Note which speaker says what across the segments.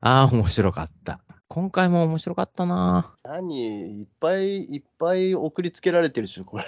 Speaker 1: ああ、面白かった。今回も面白かったな
Speaker 2: 何いっぱいいっぱい送りつけられてるでしょ、これ。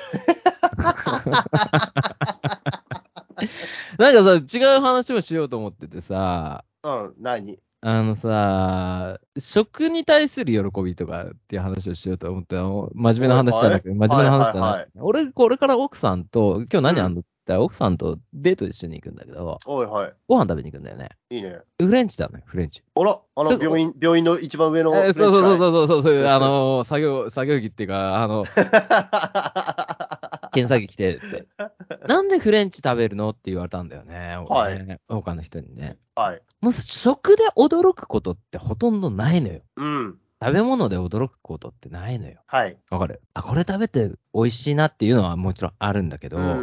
Speaker 1: なんかさ、違う話をしようと思っててさ、
Speaker 2: うん、何
Speaker 1: あのさ、食に対する喜びとかっていう話をしようと思って、あの真面目な話じゃなくて、
Speaker 2: はい
Speaker 1: 真面目な話じゃ
Speaker 2: はいはい
Speaker 1: な
Speaker 2: は
Speaker 1: くて、俺、これから奥さんと、今日何あんのって言ったら、奥さんとデート一緒に行くんだけど、
Speaker 2: おい、は
Speaker 1: ご飯食べに行くんだよね。
Speaker 2: い。いいね。
Speaker 1: フレンチだね、フレンチ。
Speaker 2: あら、あ
Speaker 1: そ
Speaker 2: の、
Speaker 1: う
Speaker 2: 病院、病院の一番上の。
Speaker 1: えーそうそうそうそうそうそうう、
Speaker 2: ん
Speaker 1: あのー作業、作業着っていうか、あの、検査着着て って。なんでフレンチ食べるのって言われたんだよね。
Speaker 2: はい
Speaker 1: 俺ね他の人にね。
Speaker 2: はい。
Speaker 1: もうさ食で驚くことってほとんどないのよ。
Speaker 2: うん。
Speaker 1: 食べ物で驚くことってないのよ。
Speaker 2: はい。
Speaker 1: わかるあ、これ食べて美味しいなっていうのはもちろんあるんだけど、
Speaker 2: うんうんう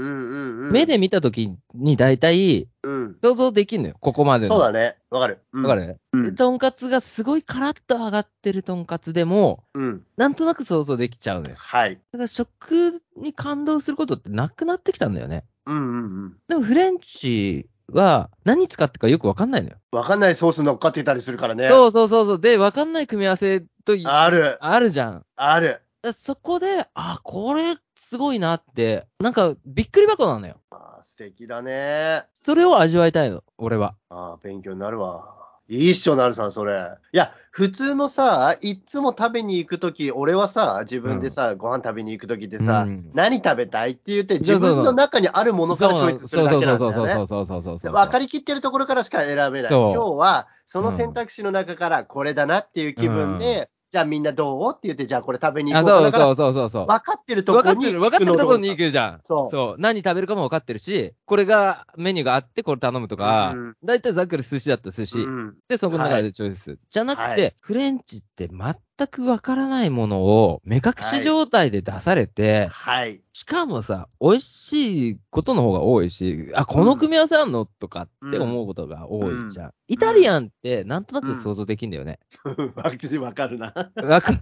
Speaker 2: ん。
Speaker 1: 目、で見た時に大体
Speaker 2: うん。
Speaker 1: 想像できんのよ。ここまでの。
Speaker 2: そうだね。わかる。うん
Speaker 1: わかる、
Speaker 2: うん
Speaker 1: でとんかつがすごいカラッと上がってるとんかつでも、
Speaker 2: うん。
Speaker 1: なんとなく想像できちゃうのよ。
Speaker 2: はい。
Speaker 1: だから食に感動することってなくなってきたんだよね。
Speaker 2: うんうんうん。
Speaker 1: でもフレンチは何使ってかよくわかんないのよ。
Speaker 2: わかんないソース乗っかってたりするからね。
Speaker 1: そうそうそうそう。で、わかんない組み合わせといあ
Speaker 2: ある。
Speaker 1: るじゃん。だか
Speaker 2: ある。
Speaker 1: らそこで、あ、これすごいなって、なんかびっくり箱なのよ。
Speaker 2: あー素敵だね。
Speaker 1: それを味わいたいの、俺は。
Speaker 2: ああ、勉強になるわ。いいっしょ、なるさん、それ。いや、普通のさ、いっつも食べに行くとき、俺はさ、自分でさ、ご飯食べに行くときってさ、
Speaker 1: うん
Speaker 2: 何食べたいって言って、
Speaker 1: そ
Speaker 2: 自
Speaker 1: うそうそう
Speaker 2: 分の中にあるものからチョイスするだけなんだ
Speaker 1: そうそうそ
Speaker 2: よ
Speaker 1: う
Speaker 2: ね。
Speaker 1: そうそうそうそう。
Speaker 2: 分か
Speaker 1: り
Speaker 2: りきってるところからしか選べない。
Speaker 1: そう
Speaker 2: 今日は、その選択肢の中からこれだなっていう気分で、じゃあみんなどうって言って、じゃあこれ食べに行
Speaker 1: あ、
Speaker 2: こうか
Speaker 1: そ
Speaker 2: だ
Speaker 1: う
Speaker 2: か
Speaker 1: そ
Speaker 2: ら、
Speaker 1: うそうそうそう。
Speaker 2: 分かってると
Speaker 1: 分
Speaker 2: こ
Speaker 1: かっ
Speaker 2: ろに
Speaker 1: てる、
Speaker 2: 行
Speaker 1: 分かって
Speaker 2: く
Speaker 1: る
Speaker 2: の
Speaker 1: と
Speaker 2: ど
Speaker 1: ころ
Speaker 2: う
Speaker 1: に行
Speaker 2: か
Speaker 1: くじゃん。
Speaker 2: そう
Speaker 1: 何食べるかも分かってるし、これが、メニューがあって、これ頼むとか
Speaker 2: うん、
Speaker 1: 大体ざっくり寿司だったら寿司。
Speaker 2: うん
Speaker 1: で、そこの中でチョイスする。じゃなくて、
Speaker 2: はい
Speaker 1: フレンチって全くわからないものを目隠し状態で出されて、
Speaker 2: はい。
Speaker 1: しかもさ、美味しいことの方が多いし、あ、この組み合わせあんのとかって思うことが多いじゃん。イタリアンってなんとなく想像できんだよね。
Speaker 2: 分かるな。
Speaker 1: わ、かる。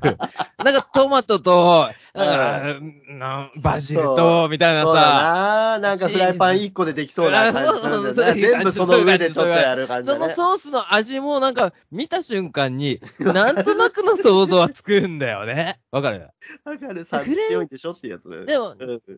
Speaker 1: なんかトマトと、なんかなんバジルと、みたいな
Speaker 2: そう
Speaker 1: さ。
Speaker 2: だな、なんかフライパン1個でできそうな感じするんだ
Speaker 1: そうそ
Speaker 2: よ
Speaker 1: うそう
Speaker 2: ね。全部その上でちょっとやる感じ
Speaker 1: そ
Speaker 2: だ
Speaker 1: の
Speaker 2: ね。
Speaker 1: ソースの味もなんか見た瞬間に、なんとなくの想像はつくんだよね。わかる
Speaker 2: わかる、さ
Speaker 1: フレン
Speaker 2: 強いんでしょっていうやつね。
Speaker 1: でも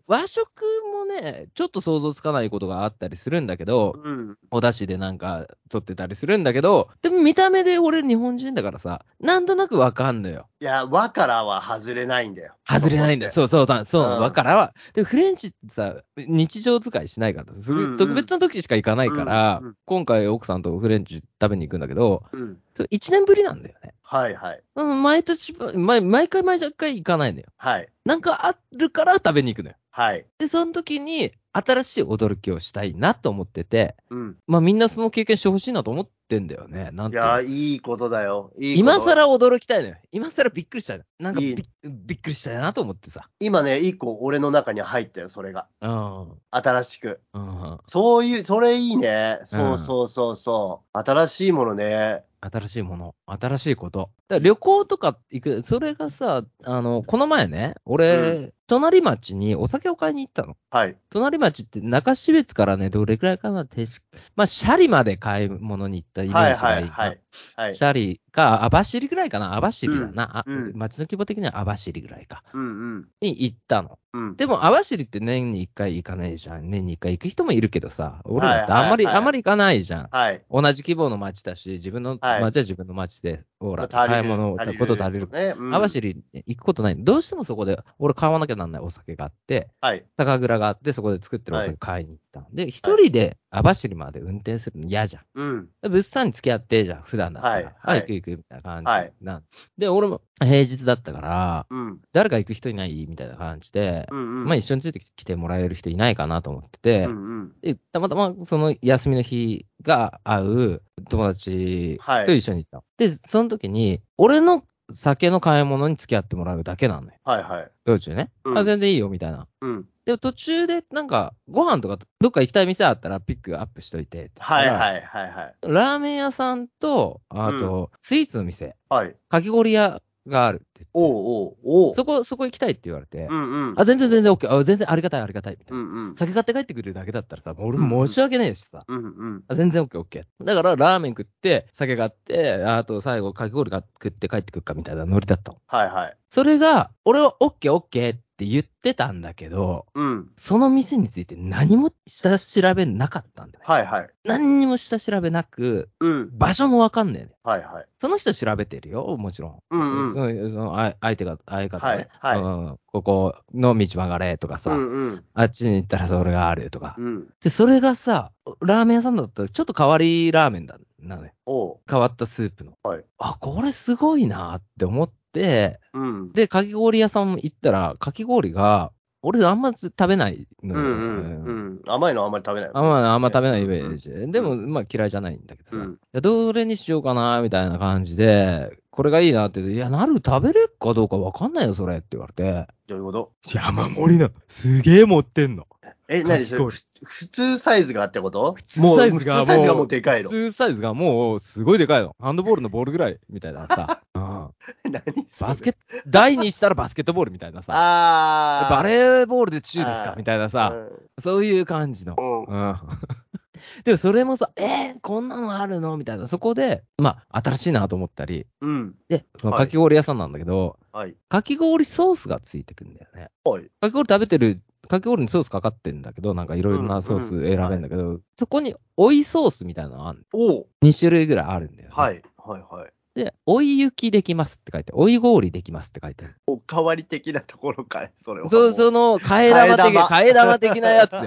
Speaker 1: 和食もね、ちょっと想像つかないことがあったりするんだけど、
Speaker 2: うん、
Speaker 1: お出汁でなんか取ってたりするんだけど、でも見た目で俺日本人だからさ、なんとなくわかんのよ。
Speaker 2: いや、和からは外れないんだよ。
Speaker 1: 外れないんだよ。そうそうだ、そうな
Speaker 2: う
Speaker 1: の。
Speaker 2: ん
Speaker 1: わからは。で、フレンチってさ、日常使いしないから、すごい
Speaker 2: うんうん
Speaker 1: 特別な時しか行かないから、
Speaker 2: うんうん
Speaker 1: 今回奥さんとフレンチ食べに行くんだけど、
Speaker 2: うん。
Speaker 1: 1年ぶりなんだよね。
Speaker 2: はいはい。
Speaker 1: うん、毎年、毎毎回毎回行かないのよ。
Speaker 2: はい。
Speaker 1: なんかあるから食べに行くのよ。
Speaker 2: はい。
Speaker 1: で、その時に、新しい驚きをしたいなと思ってて、
Speaker 2: うん。
Speaker 1: まあみんなその経験してほしいなと思ってんだよね。なん
Speaker 2: い
Speaker 1: ていうの
Speaker 2: や、いいことだよ。いいこと
Speaker 1: 今更驚きたいのよ。今更びっくりしたいの。なんかび
Speaker 2: いい
Speaker 1: っびっくりしたいなと思ってさ。
Speaker 2: 今ね、1個俺の中に入ったよ、それが。
Speaker 1: うん。
Speaker 2: 新しく。
Speaker 1: うん。
Speaker 2: そういう、それいいね。そうそうそうそう。新しいものね。
Speaker 1: 新しいもの。新しいこと。だから旅行とか行く、それがさ、あの、この前ね、俺、
Speaker 2: う
Speaker 1: 隣町にお酒を買いに行ったの。
Speaker 2: はい。
Speaker 1: 隣町って中標津からね、どれくらいかな、てしまあ、シャリまで買い物に行ったイメ
Speaker 2: は
Speaker 1: ー
Speaker 2: い
Speaker 1: ジが
Speaker 2: はいい
Speaker 1: いな。
Speaker 2: はい。はい
Speaker 1: シ。ャリか、網走ぐらいかな、網走だな。
Speaker 2: うんうん
Speaker 1: あ町の規模的には網走ぐらいか。
Speaker 2: うんうん。
Speaker 1: に行ったの。
Speaker 2: うん。
Speaker 1: でも、網走って年に1回行かないじゃん。年に1回行く人もいるけどさ、俺らって
Speaker 2: はい
Speaker 1: あ
Speaker 2: はいはい
Speaker 1: んまり、あんまり行かないじゃん。
Speaker 2: はい。
Speaker 1: 同じ規模の町だし、自分の
Speaker 2: はい
Speaker 1: 町は自分の町で、ほら、
Speaker 2: 足り
Speaker 1: 買い
Speaker 2: る
Speaker 1: 物、こと足りる。
Speaker 2: ね。うん
Speaker 1: 網走に行くことない。どうしてもそこで、俺買わなきゃなんないお酒があって、
Speaker 2: はい。
Speaker 1: 酒蔵があって、そこで作ってるお
Speaker 2: は
Speaker 1: 酒
Speaker 2: い
Speaker 1: 買いに行ったの。で、一人で網走まで運転するの嫌じゃん。
Speaker 2: うん。
Speaker 1: で物産に付き合ってじゃん、普段だったら。は、
Speaker 2: はいい
Speaker 1: 行く行くみたいな感じ
Speaker 2: はい
Speaker 1: なん、で、俺も平日だったから、
Speaker 2: うん。
Speaker 1: 誰か行く人いないみたいな感じで、
Speaker 2: うんうん。
Speaker 1: まあ一緒についてきてもらえる人いないかなと思って
Speaker 2: う
Speaker 1: て、
Speaker 2: んうん。
Speaker 1: でたまたまその休みの日が会う友達
Speaker 2: はい
Speaker 1: と一緒に行ったの、で、その時に、俺の酒の買い物に付き合ってもらうだけなのよ。
Speaker 2: はいはい。
Speaker 1: 道中ね。
Speaker 2: うん
Speaker 1: あ、全然いいよみたいな。
Speaker 2: うん。
Speaker 1: で、途中で、なんか、ご飯とか、どっか行きたい店あったら、ピックアップしといてって言った
Speaker 2: はい
Speaker 1: ら。
Speaker 2: はいはいはい。
Speaker 1: ラーメン屋さんと、あと、スイーツの店、
Speaker 2: はい。
Speaker 1: かき氷屋があるって言って
Speaker 2: おうおうおう。
Speaker 1: そこ、そこ行きたいって言われて、
Speaker 2: うんうん。
Speaker 1: あ、全然全然 OK。あ、全然ありがたいありがたい。みたいうな。
Speaker 2: んうん。
Speaker 1: 酒買って帰ってくるだけだったらさ、もう俺も申し訳ないしさ。
Speaker 2: うんうん。
Speaker 1: あ全然 OK、OK。だから、ラーメン食って、酒買って、あと最後、かき氷が食って帰ってくるかみたいなノリだったの。
Speaker 2: はいはい。
Speaker 1: それが、俺は OK、OK って言ってたんだけど、
Speaker 2: うん。
Speaker 1: その店について何も下調べなかったんだよね。
Speaker 2: はいはい。
Speaker 1: 何にも下調べなく、
Speaker 2: うん。
Speaker 1: 場所もわかんねえね。
Speaker 2: はいはい。
Speaker 1: その人調べてるよ、もちろん。
Speaker 2: うんうん
Speaker 1: そのそのあい相手が、相方ね、
Speaker 2: はいはい
Speaker 1: うんここの道曲がれとかさ、
Speaker 2: うんうん。
Speaker 1: あっちに行ったらそれがあるとか。
Speaker 2: うん。
Speaker 1: で、それがさ、ラーメン屋さんだったらちょっと変わりラーメンだなのよ。
Speaker 2: おう。
Speaker 1: 変わったスープの。
Speaker 2: はい
Speaker 1: あ、これすごいなって思って、
Speaker 2: うん。
Speaker 1: で、かき氷屋さんも行ったら、かき氷が、俺あんまず食べない
Speaker 2: うん
Speaker 1: の
Speaker 2: う
Speaker 1: よ。
Speaker 2: んうん。甘いのあんまり食べない。
Speaker 1: あんまあんま食べないイメージ。でも、まあ嫌いじゃないんだけどさ。
Speaker 2: うん
Speaker 1: いやどれにしようかな、みたいな感じで、これがいいなって言うと、いや、なる食べれっかどうかわかんないよ、それって言われて。
Speaker 2: どういうこと
Speaker 1: 山盛りな、すげえ持ってんの。
Speaker 2: え、なにそれ
Speaker 1: かき氷
Speaker 2: ふ普通サイズがあってこと普
Speaker 1: 通サイズが
Speaker 2: 普通サイズがもうでか
Speaker 1: 普
Speaker 2: いの。
Speaker 1: 通サイズがもうすごいでかいの。ハンドボールのボールぐらいみたいな さ。うん、
Speaker 2: 何それ
Speaker 1: バスケット、台にしたらバスケットボールみたいなさ。
Speaker 2: あー。
Speaker 1: バレーボールで中ですか
Speaker 2: あー
Speaker 1: みたいなさ。
Speaker 2: ー
Speaker 1: そういう感じの。
Speaker 2: うん。うん。
Speaker 1: うん。 でもそれもさ、えー、こんなのあるのみたいな。そこで、まあ、新しいなと思ったり。
Speaker 2: うん。
Speaker 1: で、その
Speaker 2: はい
Speaker 1: かき氷屋さんなんだけど、
Speaker 2: はい。
Speaker 1: かき氷ソースがついてくるんだよね。
Speaker 2: はい。
Speaker 1: かき氷食べてる、かき氷にソースかかってんだけど、なんかいろいろなソース選べるんだけど、そこに追いソースみたいなのある
Speaker 2: おう。
Speaker 1: 2種類ぐらいあるんだよ、ね。
Speaker 2: はい。はいはい。
Speaker 1: で、追い行きできますって書いてある、追い氷できますって書いてある。
Speaker 2: おかわり的なところかい、それは。
Speaker 1: そ
Speaker 2: も
Speaker 1: その、替え玉的、替え玉的なやつよ。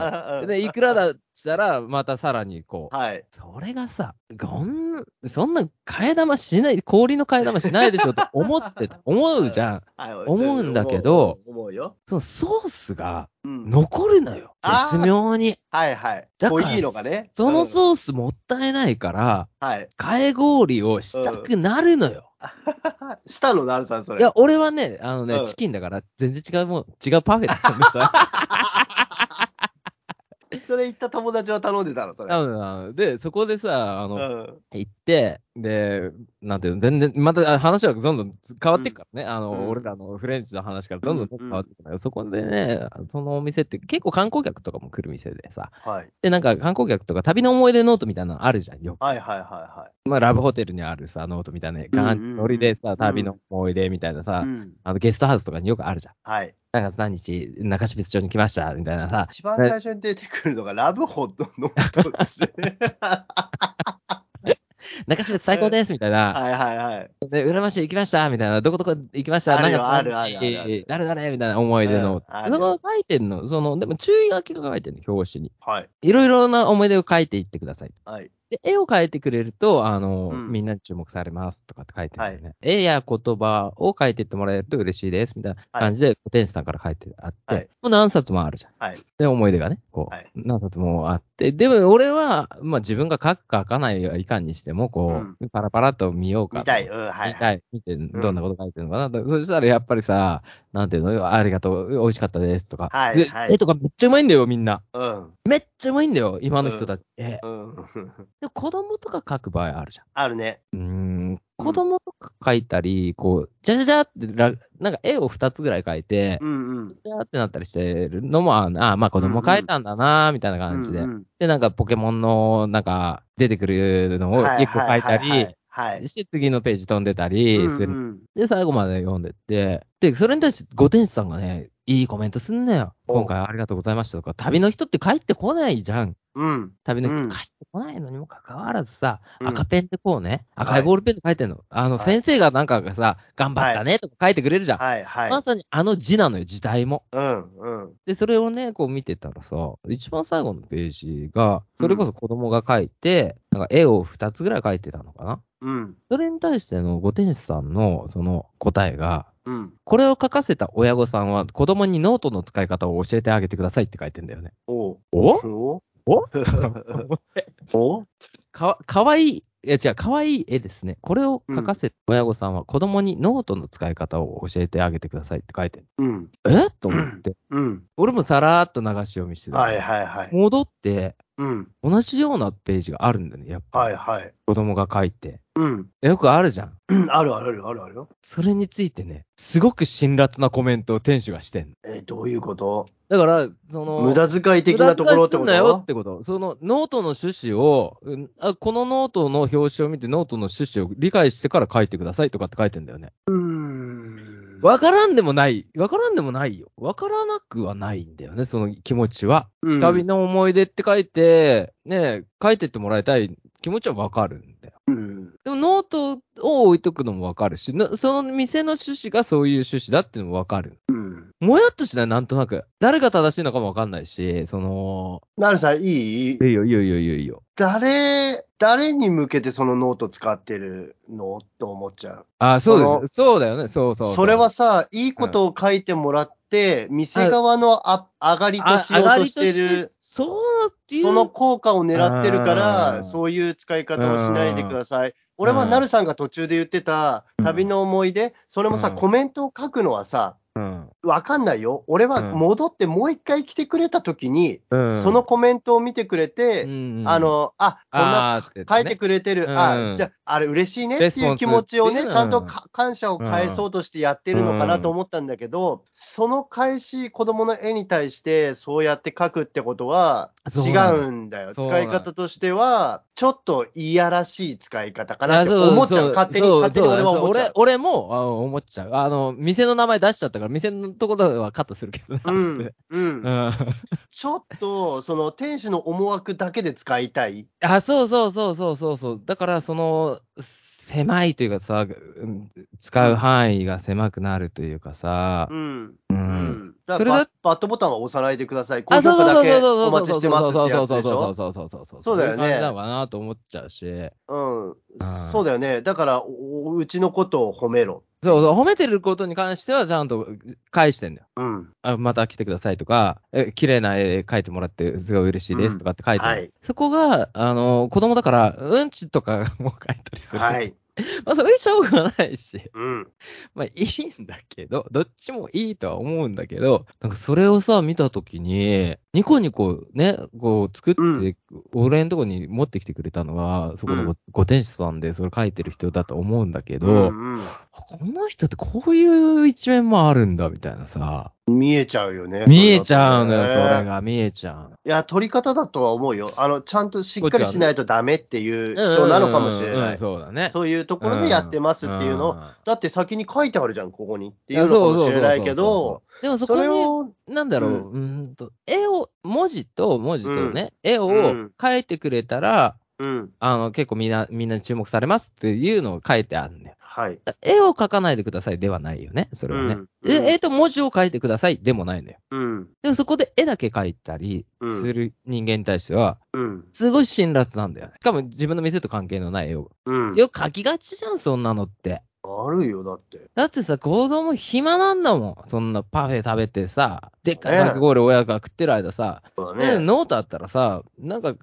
Speaker 2: う
Speaker 1: で、いくらだしたら、またさらにこう。
Speaker 2: はい。
Speaker 1: それがさ、こんそんな替え玉しない、氷の替え玉しないでしょって思って た、思うじゃん。
Speaker 2: はい、
Speaker 1: 思うんだけど
Speaker 2: 思う思うよ。
Speaker 1: そのソースが
Speaker 2: うん。
Speaker 1: 残るのよ。
Speaker 2: あー
Speaker 1: 絶妙に。
Speaker 2: はいはい。
Speaker 1: だから
Speaker 2: 濃いのがね。
Speaker 1: その
Speaker 2: うん
Speaker 1: ソースもったいないから、
Speaker 2: はい。
Speaker 1: 替え氷をしたくなるのよ。
Speaker 2: したのなるさん、それ。
Speaker 1: いや、俺はね、あのね、
Speaker 2: うん
Speaker 1: チキンだから、全然違うもん、違うパフェだったんださ。
Speaker 2: それ行った友達は頼んでたの、それ。
Speaker 1: なのなので、そこでさ、あ
Speaker 2: う
Speaker 1: の、
Speaker 2: ん。
Speaker 1: 行って、で、なんていうの、全然、またあ話はどんどん変わっていくからね、あの、
Speaker 2: うん
Speaker 1: 俺らのフレンチの話からどんどん
Speaker 2: うんう
Speaker 1: 変
Speaker 2: ん
Speaker 1: わっていくから、そこでね、そのお店って結構観光客とかも来る店でさ、
Speaker 2: はい。
Speaker 1: で、なんか観光客とか旅の思い出ノートみたいなのあるじゃん、よ
Speaker 2: はいはいは
Speaker 1: まあ、ラブホテルにあるさ、ノートみたいな感じ、
Speaker 2: うんうんうん
Speaker 1: ノリでさ、旅の思い出みたいないさ、
Speaker 2: はい。うん。
Speaker 1: あのゲストハウスとかによくあるじゃん。
Speaker 2: はい。
Speaker 1: 何月何日、中標津町に来ました、みたいなさ。
Speaker 2: 一番最初に出てくるのがラブホットの音です ね。
Speaker 1: 中標津最高ですみたいな、
Speaker 2: はいはいはい。
Speaker 1: で、浦和市行きましたみたいな、どこどこ行きました
Speaker 2: あるよ
Speaker 1: 何月
Speaker 2: あるあるあるある
Speaker 1: 何日誰誰みたいな思い出
Speaker 2: う
Speaker 1: の
Speaker 2: ん。ある
Speaker 1: そ
Speaker 2: よ
Speaker 1: の書いてんの、その、でも注意書きが書いてんの、表紙に。
Speaker 2: はい。
Speaker 1: いろいろな思い出を書いていってください。
Speaker 2: はい。
Speaker 1: で、絵を描いてくれると、あの、
Speaker 2: うん
Speaker 1: みんなに注目されますとかって書いてあるんだよね。絵や言葉を書いてってもらえると嬉しいですみたいな感じで、古典師さんから書いてあって、
Speaker 2: はい
Speaker 1: もう何冊もあるじゃん。
Speaker 2: はい。
Speaker 1: で、思い出がね、こう、
Speaker 2: はい
Speaker 1: 何冊もあって、でも俺は、まあ自分が書くか書かないはいかんにしても、こう、パラパラっと見ようかと。
Speaker 2: 見たい。うん、はい
Speaker 1: 見
Speaker 2: は
Speaker 1: た
Speaker 2: い。
Speaker 1: い。見て、どんなこと書いてるのかな、とそしたらやっぱりさ、なんていうの、ありがとう、美味しかったですとか。
Speaker 2: はい
Speaker 1: ず
Speaker 2: はい
Speaker 1: 絵とかめっちゃうまいんだよ、みんな。
Speaker 2: うん。
Speaker 1: めっちゃうまいんだよ、今の人たち。ええ
Speaker 2: うん。
Speaker 1: でも子供とか書く場合あるじゃん。
Speaker 2: あるね。
Speaker 1: うーん子供とか描いたり、こう、じゃじゃじゃってら、なんか絵を2つぐらい描いて、
Speaker 2: うんうん。
Speaker 1: じゃーってなったりしてるのも、ああ、まあ子供描いたんだなーみたいな感じで。
Speaker 2: うんうん
Speaker 1: で、なんかポケモンの、なんか出てくるのを1個描いた
Speaker 2: は
Speaker 1: り
Speaker 2: は、はいはい。
Speaker 1: して次のページ飛んでたりする。
Speaker 2: うんうん
Speaker 1: で、最後まで読んでって、で、それに対して御天使さんがね、いいコメントすんなよ。
Speaker 2: お
Speaker 1: 今回ありがとうございましたとか、旅の人って帰ってこないじゃん。
Speaker 2: うん。
Speaker 1: 旅の人
Speaker 2: う
Speaker 1: 帰っ
Speaker 2: ん
Speaker 1: てこないのにもかかわらずさ、
Speaker 2: うん
Speaker 1: 赤ペンでこうね、
Speaker 2: はい
Speaker 1: 赤いボールペンで書いてんの。あの、
Speaker 2: はい
Speaker 1: 先生がなんかがさ、頑張ったねとか書いてくれるじゃん。
Speaker 2: はいはい。
Speaker 1: まさにあの字なのよ、字体も。
Speaker 2: うんうん。
Speaker 1: で、それをね、こう見てたらさ、一番最後のページが、それこそ子供が書いて、なんか絵を2つぐらい書いてたのかな。
Speaker 2: うん。
Speaker 1: それに対してのご天使さんのその答えが、
Speaker 2: うん。
Speaker 1: これを書かせた親御さんは子供にノートの使い方を教えてあげてくださいって書いてんだよね。
Speaker 2: おう
Speaker 1: お
Speaker 2: お
Speaker 1: お
Speaker 2: おお
Speaker 1: かわかわいいいや違う、可愛い絵ですね。これを描かせ、親御さんは子供にノートの使い方を教えてあげてくださいって書いてる。
Speaker 2: うん。
Speaker 1: えと思って。
Speaker 2: うん。
Speaker 1: 俺もさらーっと流し読みしてた。
Speaker 2: はいはいはい。
Speaker 1: 戻って、
Speaker 2: うん。
Speaker 1: 同じようなページがあるんだよね。やっぱ、
Speaker 2: はいはい。
Speaker 1: 子供が書いて。
Speaker 2: うん。
Speaker 1: よくあるじゃん。
Speaker 2: うんあるあるあるあるよ。
Speaker 1: それについてね、すごく辛辣なコメントを店主がしてんの。
Speaker 2: え、どういうこと
Speaker 1: だから、その、
Speaker 2: 無駄遣い的なところってこ
Speaker 1: 無駄遣いすんなよ
Speaker 2: と
Speaker 1: ってこと。そのノートの趣旨を、うんあ、このノートの表紙を見て、ノートの趣旨を理解してから書いてくださいとかって書いてんだよね。
Speaker 2: うーん。
Speaker 1: わからんでもない。わからんでもないよ。わからなくはないんだよね、その気持ちは。
Speaker 2: うん
Speaker 1: 旅の思い出って書いて、ね、書いてってもらいたい気持ちはわかるんだよ。
Speaker 2: うん。
Speaker 1: でもノートを置いとくのもわかるし、なその店の趣旨がそういう趣旨だっていうのもわかる。
Speaker 2: うん。
Speaker 1: もやっとしない、なんとなく。誰が正しいのかもわかんないし、その、
Speaker 2: なるさん、いい
Speaker 1: いいよ、いいよ、いいよ、いいよいいよ。
Speaker 2: 誰、誰に向けてそのノート使ってるのと思っちゃう。
Speaker 1: あー、そう
Speaker 2: そ
Speaker 1: で
Speaker 2: の
Speaker 1: す。そうだよね。そうそうう
Speaker 2: それは、さ、いいことを書いてもらって、店側のあ上がりとしようとして
Speaker 1: あ上がり
Speaker 2: る
Speaker 1: と、そうっていう。
Speaker 2: その効果を狙ってるか
Speaker 1: うん
Speaker 2: ら、そういう使い方をしないでください。俺はなるさんが途中で言ってた
Speaker 1: うん
Speaker 2: 旅の思い出、それもさ、
Speaker 1: うん
Speaker 2: コメントを書くのはさ、
Speaker 1: うん、
Speaker 2: わかんないよ。俺は
Speaker 1: うん
Speaker 2: 戻ってもう一回来てくれた時に、
Speaker 1: うん
Speaker 2: その、コメントを見てくれ
Speaker 1: う
Speaker 2: て、
Speaker 1: ん
Speaker 2: あ、の、あ、こんな
Speaker 1: あーって
Speaker 2: 書いて
Speaker 1: ね
Speaker 2: くれてる、
Speaker 1: うん
Speaker 2: あじゃあ、あれ嬉しいねって
Speaker 1: レスポ
Speaker 2: い
Speaker 1: ン
Speaker 2: う
Speaker 1: ス
Speaker 2: 気持ちを
Speaker 1: っていう
Speaker 2: ね、
Speaker 1: の
Speaker 2: ち
Speaker 1: は
Speaker 2: ゃんとか感謝を返そうとしてやってるのかなと思ったんだけど、その返し、子供の絵に対して、そうやって書くってことは
Speaker 1: そう
Speaker 2: 違
Speaker 1: なの
Speaker 2: うんだよ。
Speaker 1: そうなの
Speaker 2: 使い方としては、ちょっといやらしい使い方か
Speaker 1: い
Speaker 2: なっ
Speaker 1: や
Speaker 2: て
Speaker 1: そう
Speaker 2: 思っちゃ
Speaker 1: そ
Speaker 2: う。勝手に、
Speaker 1: そう
Speaker 2: 勝手に俺は
Speaker 1: そう
Speaker 2: 思っちゃう。
Speaker 1: 俺俺もあ思っちゃう。あの、店の名前出しちゃったから、店のところはカットするけどな。
Speaker 2: うん、うん
Speaker 1: う、ん
Speaker 2: ちょっと、その、店主の思惑だけで使いたい。
Speaker 1: あ、そうそうそうそうそうそう。だから、その、狭いというかさ、うん使う範囲が狭くなるというかさ
Speaker 2: う、ん。
Speaker 1: うん
Speaker 2: うん、だ
Speaker 1: そ
Speaker 2: か
Speaker 1: れ
Speaker 2: ら
Speaker 1: だ
Speaker 2: ババットボタンは押さないでください。
Speaker 1: あ、
Speaker 2: 高
Speaker 1: そう
Speaker 2: 評
Speaker 1: そ
Speaker 2: 価だ
Speaker 1: うそう
Speaker 2: け
Speaker 1: そうそう。
Speaker 2: お待ちしてますってやつでしょ
Speaker 1: そうそうそうそうそう。
Speaker 2: そうだよね
Speaker 1: い感じなのかなと思っちゃうし。
Speaker 2: うん
Speaker 1: あー、
Speaker 2: そうだよね。だから、おうちのことを褒めろ。
Speaker 1: そうそう、褒めてることに関してはちゃんと返してんだよ。
Speaker 2: うん。
Speaker 1: あまた来てくださいとか、え綺麗な絵描いてもらって、すごい嬉しいですとかって書いてある、
Speaker 2: うんはい
Speaker 1: そこが、あの、子供だから、うんちとかも書いたりする。
Speaker 2: は。い。
Speaker 1: まあ、それしょうがないし、
Speaker 2: うん。
Speaker 1: まあ、いいんだけど、どっちもいいとは思うんだけど、なんかそれをさ、見たときに、ニコニコね、こう、作って、
Speaker 2: うん
Speaker 1: 俺のとこに持ってきてくれたのは、そこのご,、
Speaker 2: うん
Speaker 1: 店主さんで、それ書いてる人だと思うんだけど、
Speaker 2: うん
Speaker 1: この人ってこういう一面もあるんだみたいなさ、
Speaker 2: うん見えちゃうよね。
Speaker 1: 見えちゃうのよ、そ
Speaker 2: それだと
Speaker 1: れ
Speaker 2: ね
Speaker 1: が見えちゃうの。
Speaker 2: いや、取り方だとは思うよ。あの、ちゃんとしっかりしないとダメっていう人なのかもしれ
Speaker 1: うんうんう
Speaker 2: なんい。
Speaker 1: そうだね。
Speaker 2: そういうところでやってますっていうのを、
Speaker 1: んん
Speaker 2: だって先に書いてあるじゃん、ここにって
Speaker 1: い
Speaker 2: いう
Speaker 1: や
Speaker 2: の
Speaker 1: そう
Speaker 2: か
Speaker 1: そ
Speaker 2: も
Speaker 1: うそうそ
Speaker 2: し
Speaker 1: う
Speaker 2: れないけど、
Speaker 1: でもそ
Speaker 2: それ
Speaker 1: こ
Speaker 2: を、
Speaker 1: に、なんだろう、うーんと、絵を、文字と文字とね、絵を
Speaker 2: うん
Speaker 1: 描いてくれたら、
Speaker 2: うん。
Speaker 1: あの、結構みんな、みんなに注目されますっていうのを書いてあるんだよ。
Speaker 2: はい。
Speaker 1: だ絵を描かないでくださいではないよね、それはね。
Speaker 2: うんうん
Speaker 1: で絵と文字を書いてくださいでもないんだよ。
Speaker 2: うん。
Speaker 1: でもそこで絵だけ描いたり
Speaker 2: うん
Speaker 1: する人間に対しては、
Speaker 2: うん。
Speaker 1: すごい辛辣なんだよね。しかも自分の店と関係のない絵を。
Speaker 2: うん。
Speaker 1: よく描きがちじゃん、そんなのって。
Speaker 2: あるよ、だって。
Speaker 1: だってさ、子供暇なんだもん。そんなパフェ食べてさ、でっかい
Speaker 2: ね
Speaker 1: かき氷親が食ってる間さ、
Speaker 2: そう
Speaker 1: で
Speaker 2: だね。
Speaker 1: ノートあったらさ、なんかか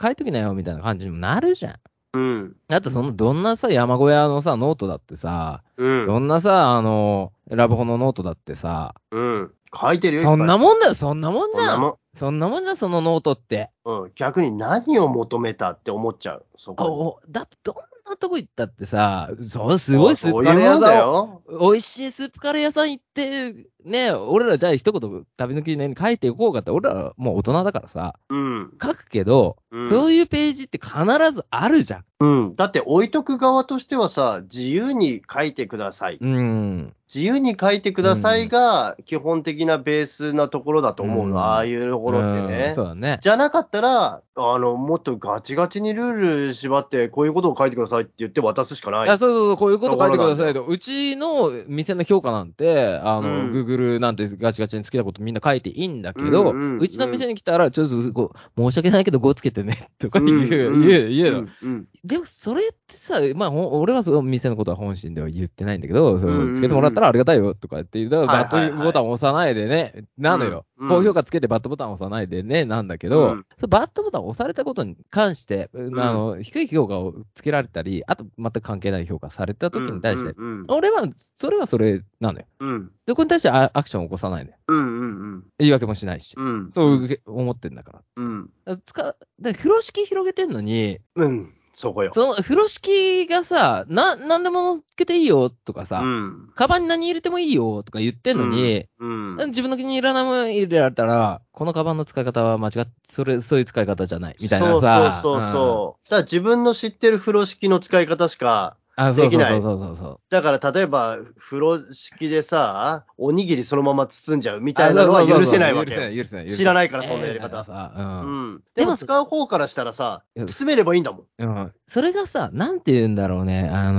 Speaker 1: 書いときなよみたいな感じにもなるじゃん。
Speaker 2: うん。
Speaker 1: だってそのどんなさ、山小屋のさ、ノートだってさ、
Speaker 2: うん。
Speaker 1: どんなさ、あの、ラブホのノートだってさ、
Speaker 2: うん。書いてるよ。
Speaker 1: そんな
Speaker 2: も
Speaker 1: もんだよ、そんなもんじ
Speaker 2: そん
Speaker 1: ゃ。
Speaker 2: なんもん
Speaker 1: そんなもんじゃん、そのノートって。
Speaker 2: うん、逆に何を求めたって思っちゃう、そ
Speaker 1: あ
Speaker 2: こ
Speaker 1: おだってどんなとこ行ったってさ、そう、
Speaker 2: に。
Speaker 1: すごいスープカレー屋
Speaker 2: そういうもんだ
Speaker 1: さん。
Speaker 2: よ。
Speaker 1: 美味しいスープカレー屋さん行って、ね、俺らじゃあ一言旅の記念に書いていこうかって、俺らもう大人だからさ、
Speaker 2: うん。
Speaker 1: 書くけど、
Speaker 2: うん
Speaker 1: そういうページって必ずあるじゃん。
Speaker 2: うん、だって置いとく側としてはさ、自由に書いてください。
Speaker 1: うん。
Speaker 2: 自由に書いてくださいが、基本的なベースなところだと思うの、
Speaker 1: うん
Speaker 2: ああいうところって
Speaker 1: う
Speaker 2: ね
Speaker 1: んそ。うだね。
Speaker 2: じゃなかったら、あの、もっとガチガチにルール縛って、こういうことを書いてくださいって言って渡すしかないい。
Speaker 1: やそうそうそう、こういうこと書いてください
Speaker 2: と
Speaker 1: と。うちの店の評価なんて、あの、
Speaker 2: うん
Speaker 1: Google なんてガチガチに好きなことみんな書いていいんだけど、う
Speaker 2: うんうんうん
Speaker 1: ちの店に来たら、ちょっとこう、申し訳ないけど、5つけてね、とか
Speaker 2: う
Speaker 1: 言
Speaker 2: ん
Speaker 1: う、
Speaker 2: うん
Speaker 1: 言う、言うの。
Speaker 2: うんうん
Speaker 1: でも、それってさ、まあ、ほん俺はその店のことは本心では言ってないんだけど、そ
Speaker 2: うんうんう
Speaker 1: の
Speaker 2: ん
Speaker 1: つけてもらったらありがたいよとかっていう、だから、
Speaker 2: はいはいはい
Speaker 1: ガットボタン押さないでね、なのよ。
Speaker 2: うん
Speaker 1: 高評価つけてバットボタン押さないでね、なんだけど、
Speaker 2: うん
Speaker 1: そのバットボタン押されたことに関して、あの、低い評価をつけられたり、あと全く関係ない評価された時に対して、
Speaker 2: うん
Speaker 1: 俺は、それはそれなのよ。
Speaker 2: うん
Speaker 1: で、これに対してあアクションを起こさないのよ。
Speaker 2: うんうん
Speaker 1: 言い訳もしないし。
Speaker 2: うん
Speaker 1: そう受け思ってんだから。
Speaker 2: うん
Speaker 1: だから使う、だから風呂敷広げてんのに、
Speaker 2: うんそこよ
Speaker 1: その風呂敷がさ、な、なんでも乗っけていいよとかさ、
Speaker 2: うん
Speaker 1: カバンに何入れてもいいよとか言ってんのに、
Speaker 2: うん
Speaker 1: 自分の気に入らないもの入れられたら、このカバンの使い方は間違って、それ、そういう使い方じゃない、みたいなさ。
Speaker 2: そうそうそうそう、だから自分の知ってる風呂敷の使い方しか
Speaker 1: うん。あ、そうそ
Speaker 2: でき
Speaker 1: う
Speaker 2: ない
Speaker 1: そうそうそうそう。
Speaker 2: だから例えば風呂敷でさおにぎりそのまま包んじゃうみたいなのは許せないわけ
Speaker 1: 許せない、許せない。許せ
Speaker 2: 知らないからそんなやり
Speaker 1: えーだ
Speaker 2: 方、
Speaker 1: からさ、
Speaker 2: う
Speaker 1: うん。
Speaker 2: ん、
Speaker 1: で
Speaker 2: で
Speaker 1: も
Speaker 2: も使う方からしたらさ
Speaker 1: うん
Speaker 2: 包めればいいんだもん
Speaker 1: うん。それがさ、なんて言うんだろうね、あ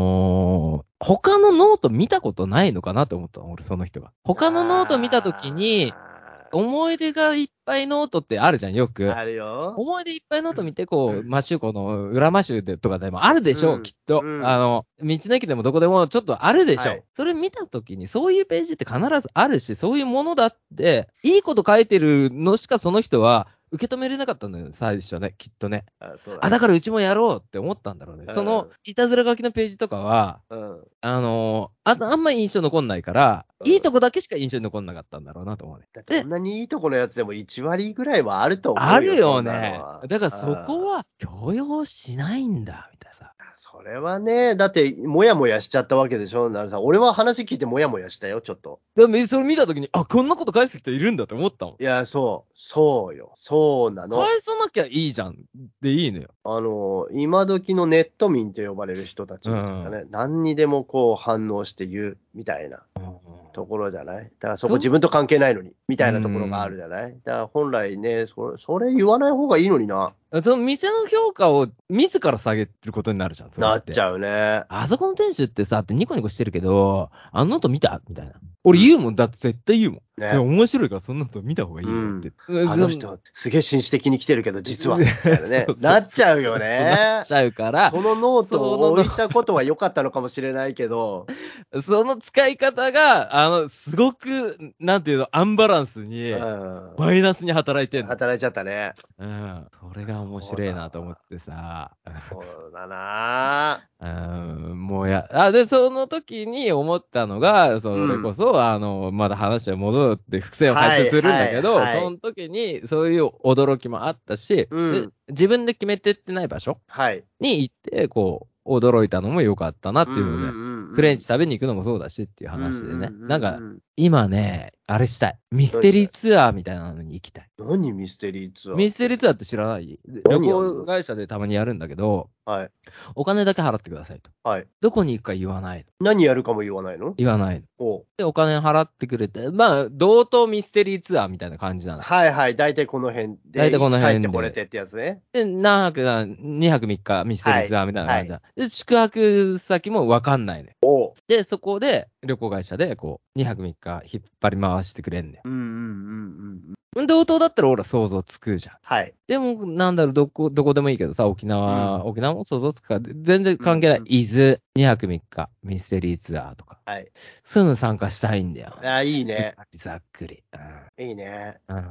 Speaker 1: のー他のノート見たことないのかなって思ったの俺、その人が。他のノート見たときに、
Speaker 2: あ
Speaker 1: 思い出がいっぱいノートってあるじゃん、よく。
Speaker 2: ーあるよ
Speaker 1: 思い出いっぱいノート見て、こう、マシューコの裏マシューでとかでもあるでしょう、
Speaker 2: うん
Speaker 1: きっと、
Speaker 2: うん
Speaker 1: あの、道の駅でもどこでもちょっとあるでしょう。
Speaker 2: はい
Speaker 1: それ見たときに、そういうページって必ずあるし、そういうものだって、いいこと書いてるのしかその人は受け止めれなかったんだよ、最初ね、きっとね。
Speaker 2: あそうだ
Speaker 1: あ、だからうちもやろうって思ったんだろうね。
Speaker 2: うん
Speaker 1: その、いたずら書きのページとかは、
Speaker 2: うん
Speaker 1: あのーあ、あんま印象残んないから、
Speaker 2: うん
Speaker 1: いいとこだけしか印象に残んなかったんだろうなと思うね。
Speaker 2: だってそんなにいいとこのやつでも1割ぐらいはあると思うよ。
Speaker 1: あるよ
Speaker 2: そんな
Speaker 1: ね
Speaker 2: のは。
Speaker 1: だからそこ
Speaker 2: うん
Speaker 1: は許容しないんだ、みたいなさ。
Speaker 2: それはね、だって、もやもやしちゃったわけでしょ、なるさん。俺は話聞いてもやもやしたよ、ちょっと。
Speaker 1: でもそれ見たときに、あ、こんなこと返す人いるんだって思ったもん。
Speaker 2: いや、そう、そうよ、そうなの。
Speaker 1: 返さなきゃいいじゃんでいいのよ。
Speaker 2: あの、今時のネット民と呼ばれる人たちみたいなね、何にでもこう反応して言うみたいなところじゃないだからそ
Speaker 1: そ
Speaker 2: こ
Speaker 1: う
Speaker 2: 自分と関係ないのに、みたいなところがあるじゃないだから本来ね、それそれ言わない方がいいのにな、
Speaker 1: その店の評価を自ら下げることになるじゃん。
Speaker 2: なっち
Speaker 1: う。
Speaker 2: ゃうね。
Speaker 1: あそこの店主ってさ、ってニコニコしてるけど、あのノート見たみたいな。俺言うもん、だって絶対言うもん。
Speaker 2: ね
Speaker 1: それ面白いからそんなの見た方がいいよって。うん
Speaker 2: あの人、すげえ紳士的に来てるけど、実は。
Speaker 1: うん
Speaker 2: みたいなね
Speaker 1: そうそうそう
Speaker 2: なっちゃうよ
Speaker 1: そうな
Speaker 2: ね
Speaker 1: っ。ちゃうから、
Speaker 2: そのノートを置いたことは良かったのかもしれないけど、
Speaker 1: その使い方が、あの、すごく、なんていうの、アンバランスに、
Speaker 2: う
Speaker 1: マイナスに働いてん
Speaker 2: ん、
Speaker 1: の。
Speaker 2: 働いちゃったね。
Speaker 1: うん。それが面白いなと思ってさ。
Speaker 2: そうだな
Speaker 1: うん、もうや、あ、で、その時に思ったのが、それこそ、あの、まだ話は戻って伏線を回収するんだけど、
Speaker 2: はいはいはい
Speaker 1: その時にそういう驚きもあったし、
Speaker 2: うん
Speaker 1: で自分で決めてってない場所
Speaker 2: はい。
Speaker 1: に行って、こう、驚いたのも良かったなっていうので、フレンチ食べに行くのもそうだしっていう話でね。なんか、今ね、あれしたい。ミステリーツアーみたいなのに行きたい。
Speaker 2: 何ミステリーツアー
Speaker 1: ミステリーツアーって知らない旅
Speaker 2: 何やんの
Speaker 1: 行会社でたまにやるんだけど、
Speaker 2: はい。
Speaker 1: お金だけ払ってくださいと。
Speaker 2: はい。
Speaker 1: どこに行くか言わないの。
Speaker 2: 何やるかも言わないの
Speaker 1: 言わないの。
Speaker 2: おう
Speaker 1: で、お金払ってくれて、まあ、同等ミステリーツアーみたいな感じなの。
Speaker 2: はいはい。大体この辺で、
Speaker 1: 大体この辺で
Speaker 2: いつ帰ってこれてってやつね。
Speaker 1: で、何泊な、2泊3日ミステリーツアーみたいな感じなの。で、宿泊先もわかんないのよ。
Speaker 2: おう。
Speaker 1: で、そこで旅行会社で、こう、2泊3日引っ張り回してくれんね
Speaker 2: うんうんうんうん。
Speaker 1: ん。同等だったら俺は想像つくじゃん。
Speaker 2: はい。
Speaker 1: でも、なんだろう、どこ、どこでもいいけどさ、沖縄、沖縄も想像つくから、全然関係ない。
Speaker 2: うんうん
Speaker 1: 伊豆、2泊3日、ミステリーツアーとか。
Speaker 2: はい。
Speaker 1: そういうの参加したいんだよ。
Speaker 2: あ、いいね。
Speaker 1: ざっくり。
Speaker 2: いいね。
Speaker 1: うんうん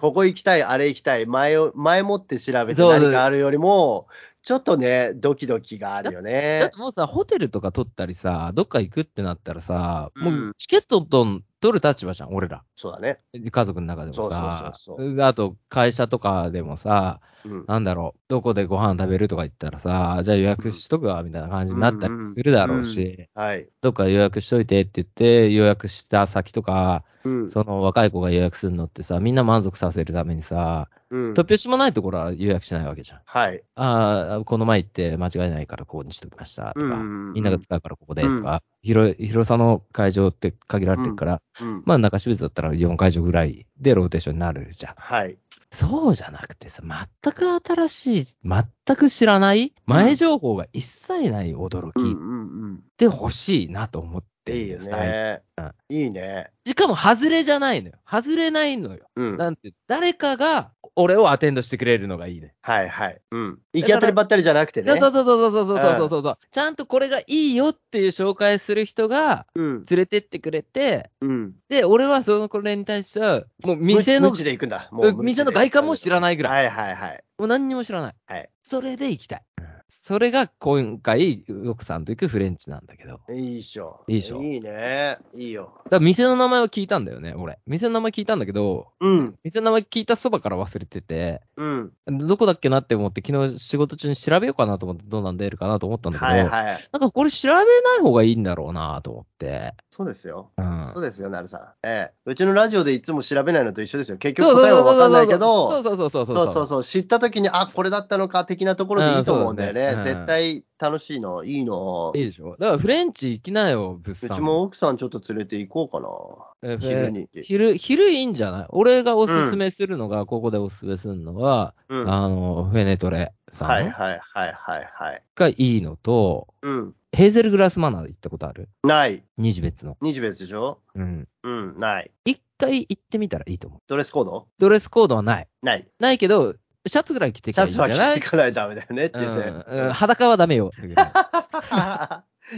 Speaker 2: ここ行きたい、あれ行きたい、前を前もって調べて
Speaker 1: そう
Speaker 2: 何かあるよりも、ちょっとね、ドキドキがあるよ
Speaker 1: だっ
Speaker 2: ね
Speaker 1: て。もうさ、ホテルとか取ったりさ、どっか行くってなったらさ、もうんうチケットと取る立場じゃん、俺ら。
Speaker 2: そうだね。
Speaker 1: 家族の中でもさ。
Speaker 2: そうそうそう
Speaker 1: あと、会社とかでもさ、
Speaker 2: うん。
Speaker 1: なんだろう、どこでご飯食べるとか言ったらさ、じゃあ予約しとくわ、みたいな感じになったりするだろうし。
Speaker 2: うんはい。
Speaker 1: どっか予約しといてって言って、予約した先とか、
Speaker 2: うん。
Speaker 1: その若い子が予約するのってさ、みんな満足させるためにさ、
Speaker 2: うん
Speaker 1: 突拍子もないところは予約しないわけじゃん。
Speaker 2: はい。
Speaker 1: ああ、この前行って間違いないからここにしときましたとか、
Speaker 2: うん
Speaker 1: みんなが使うからここですとか、広い広さの会場って限られてるから、
Speaker 2: うん
Speaker 1: まあ中標津だったら4会場ぐらいでローテーションになるじゃん。
Speaker 2: はい。
Speaker 1: そうじゃなくてさ、全く新しい、全く知らない、前情報が一切ない驚き
Speaker 2: うんうん
Speaker 1: で欲しいなと思って
Speaker 2: いい
Speaker 1: い
Speaker 2: よ
Speaker 1: うスタイル。
Speaker 2: ね。いいね。
Speaker 1: しかも、外れじゃないのよ。外れないのよ。
Speaker 2: うん。
Speaker 1: なんて、誰かが俺をアテンドしてくれるのがいいね。
Speaker 2: はいはい。うん。行き当たりばったりじゃなくてね。
Speaker 1: そうそうそうそうそうそうそうそうそう。ちゃんとこれがいいよっていう紹介する人が
Speaker 2: うん。
Speaker 1: 連れてってくれて、
Speaker 2: うん。
Speaker 1: で、俺はそのこれに対しては、もう店の
Speaker 2: 無、知で行くんだ。
Speaker 1: う店の外観も知らないぐら
Speaker 2: い。はいはいはい。
Speaker 1: もう何にも知らない。
Speaker 2: はい
Speaker 1: それで行きたい。それが今回、奥さんと行くフレンチなんだけど。
Speaker 2: いいっしょ。
Speaker 1: いいっしょ
Speaker 2: いいね。いいよ。
Speaker 1: だから店の名前は聞いたんだよね、俺。店の名前聞いたんだけど、
Speaker 2: うん。
Speaker 1: 店の名前聞いたそばから忘れてて、
Speaker 2: うん。
Speaker 1: どこだっけなって思って、昨日仕事中に調べようかなと思って、どうなん出るかなと思ったんだけど、
Speaker 2: はいはい。
Speaker 1: なんかこれ調べない方がいいんだろうなと思って。
Speaker 2: そうですよ。
Speaker 1: うん
Speaker 2: そうですよ、なるさん。ええ。うちのラジオでいつも調べないのと一緒ですよ。結局答えは分かんないけど。
Speaker 1: そうそうそうそう
Speaker 2: そうそうそう、知ったときに、あこれだったのか的なところでいいと思うんだ
Speaker 1: う
Speaker 2: よね。
Speaker 1: んそうだねうん
Speaker 2: 絶対楽しいの、いいの。
Speaker 1: いいでしょだからフレンチ行きなよ、物
Speaker 2: う
Speaker 1: 産。
Speaker 2: ちも奥さんちょっと連れて行こ
Speaker 1: えー
Speaker 2: 昼に
Speaker 1: 昼、昼いいんじゃない俺がおすすめするのが、ここでおすすめするのは、
Speaker 2: うかな。うん。
Speaker 1: あの、フェネトレさ
Speaker 2: はい
Speaker 1: ん
Speaker 2: はいはいはいはい。
Speaker 1: がいいのと、
Speaker 2: うん。
Speaker 1: ヘーゼルグラスマナー行ったことある
Speaker 2: ない。
Speaker 1: 日別の。
Speaker 2: 日別でしょ
Speaker 1: うん。
Speaker 2: うん、ない。
Speaker 1: 一回行ってみたらいいと思う。
Speaker 2: ドレスコード
Speaker 1: ドレスコードはない。
Speaker 2: ない。
Speaker 1: ないけど、シャツぐらい着てき
Speaker 2: シ
Speaker 1: た
Speaker 2: ャ
Speaker 1: らいいん
Speaker 2: ツ
Speaker 1: じゃない
Speaker 2: は着ていかないとダメだよねって言って。
Speaker 1: うんうん裸はダメよ。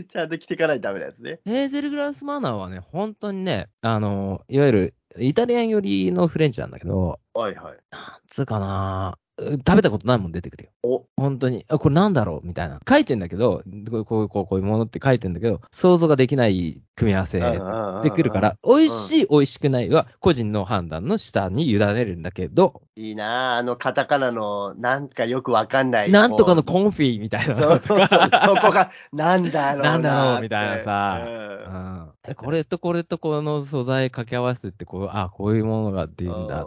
Speaker 2: ちゃんと着ていかないとダメなやつね。
Speaker 1: ヘーゼルグラスマナーはね、本当にね、あの、いわゆるイタリアン寄りのフレンチなんだけど、
Speaker 2: はいはい。
Speaker 1: つうかなう食べたことないもん出てくるよ。
Speaker 2: お
Speaker 1: 本当に、あ、これなんだろうみたいな。書いてんだけど、こうこうこうこういうものって書いてんだけど、想像ができない組み合わせでくるか。ら、美味しい、美味しくないは個人の判断の下に委ねるんだけど、
Speaker 2: いいなあ、あのカタカナのなんかよくわかんない。
Speaker 1: なんとか
Speaker 2: も
Speaker 1: のコンフィみたいうな。
Speaker 2: そうそうそう、そこがなんだろうな
Speaker 1: なんだろ
Speaker 2: って
Speaker 1: うみたいなさ
Speaker 2: うん
Speaker 1: うんこれとこれとこの素材掛け合わせてこう、あ、こういうものが出るんだ。
Speaker 2: うん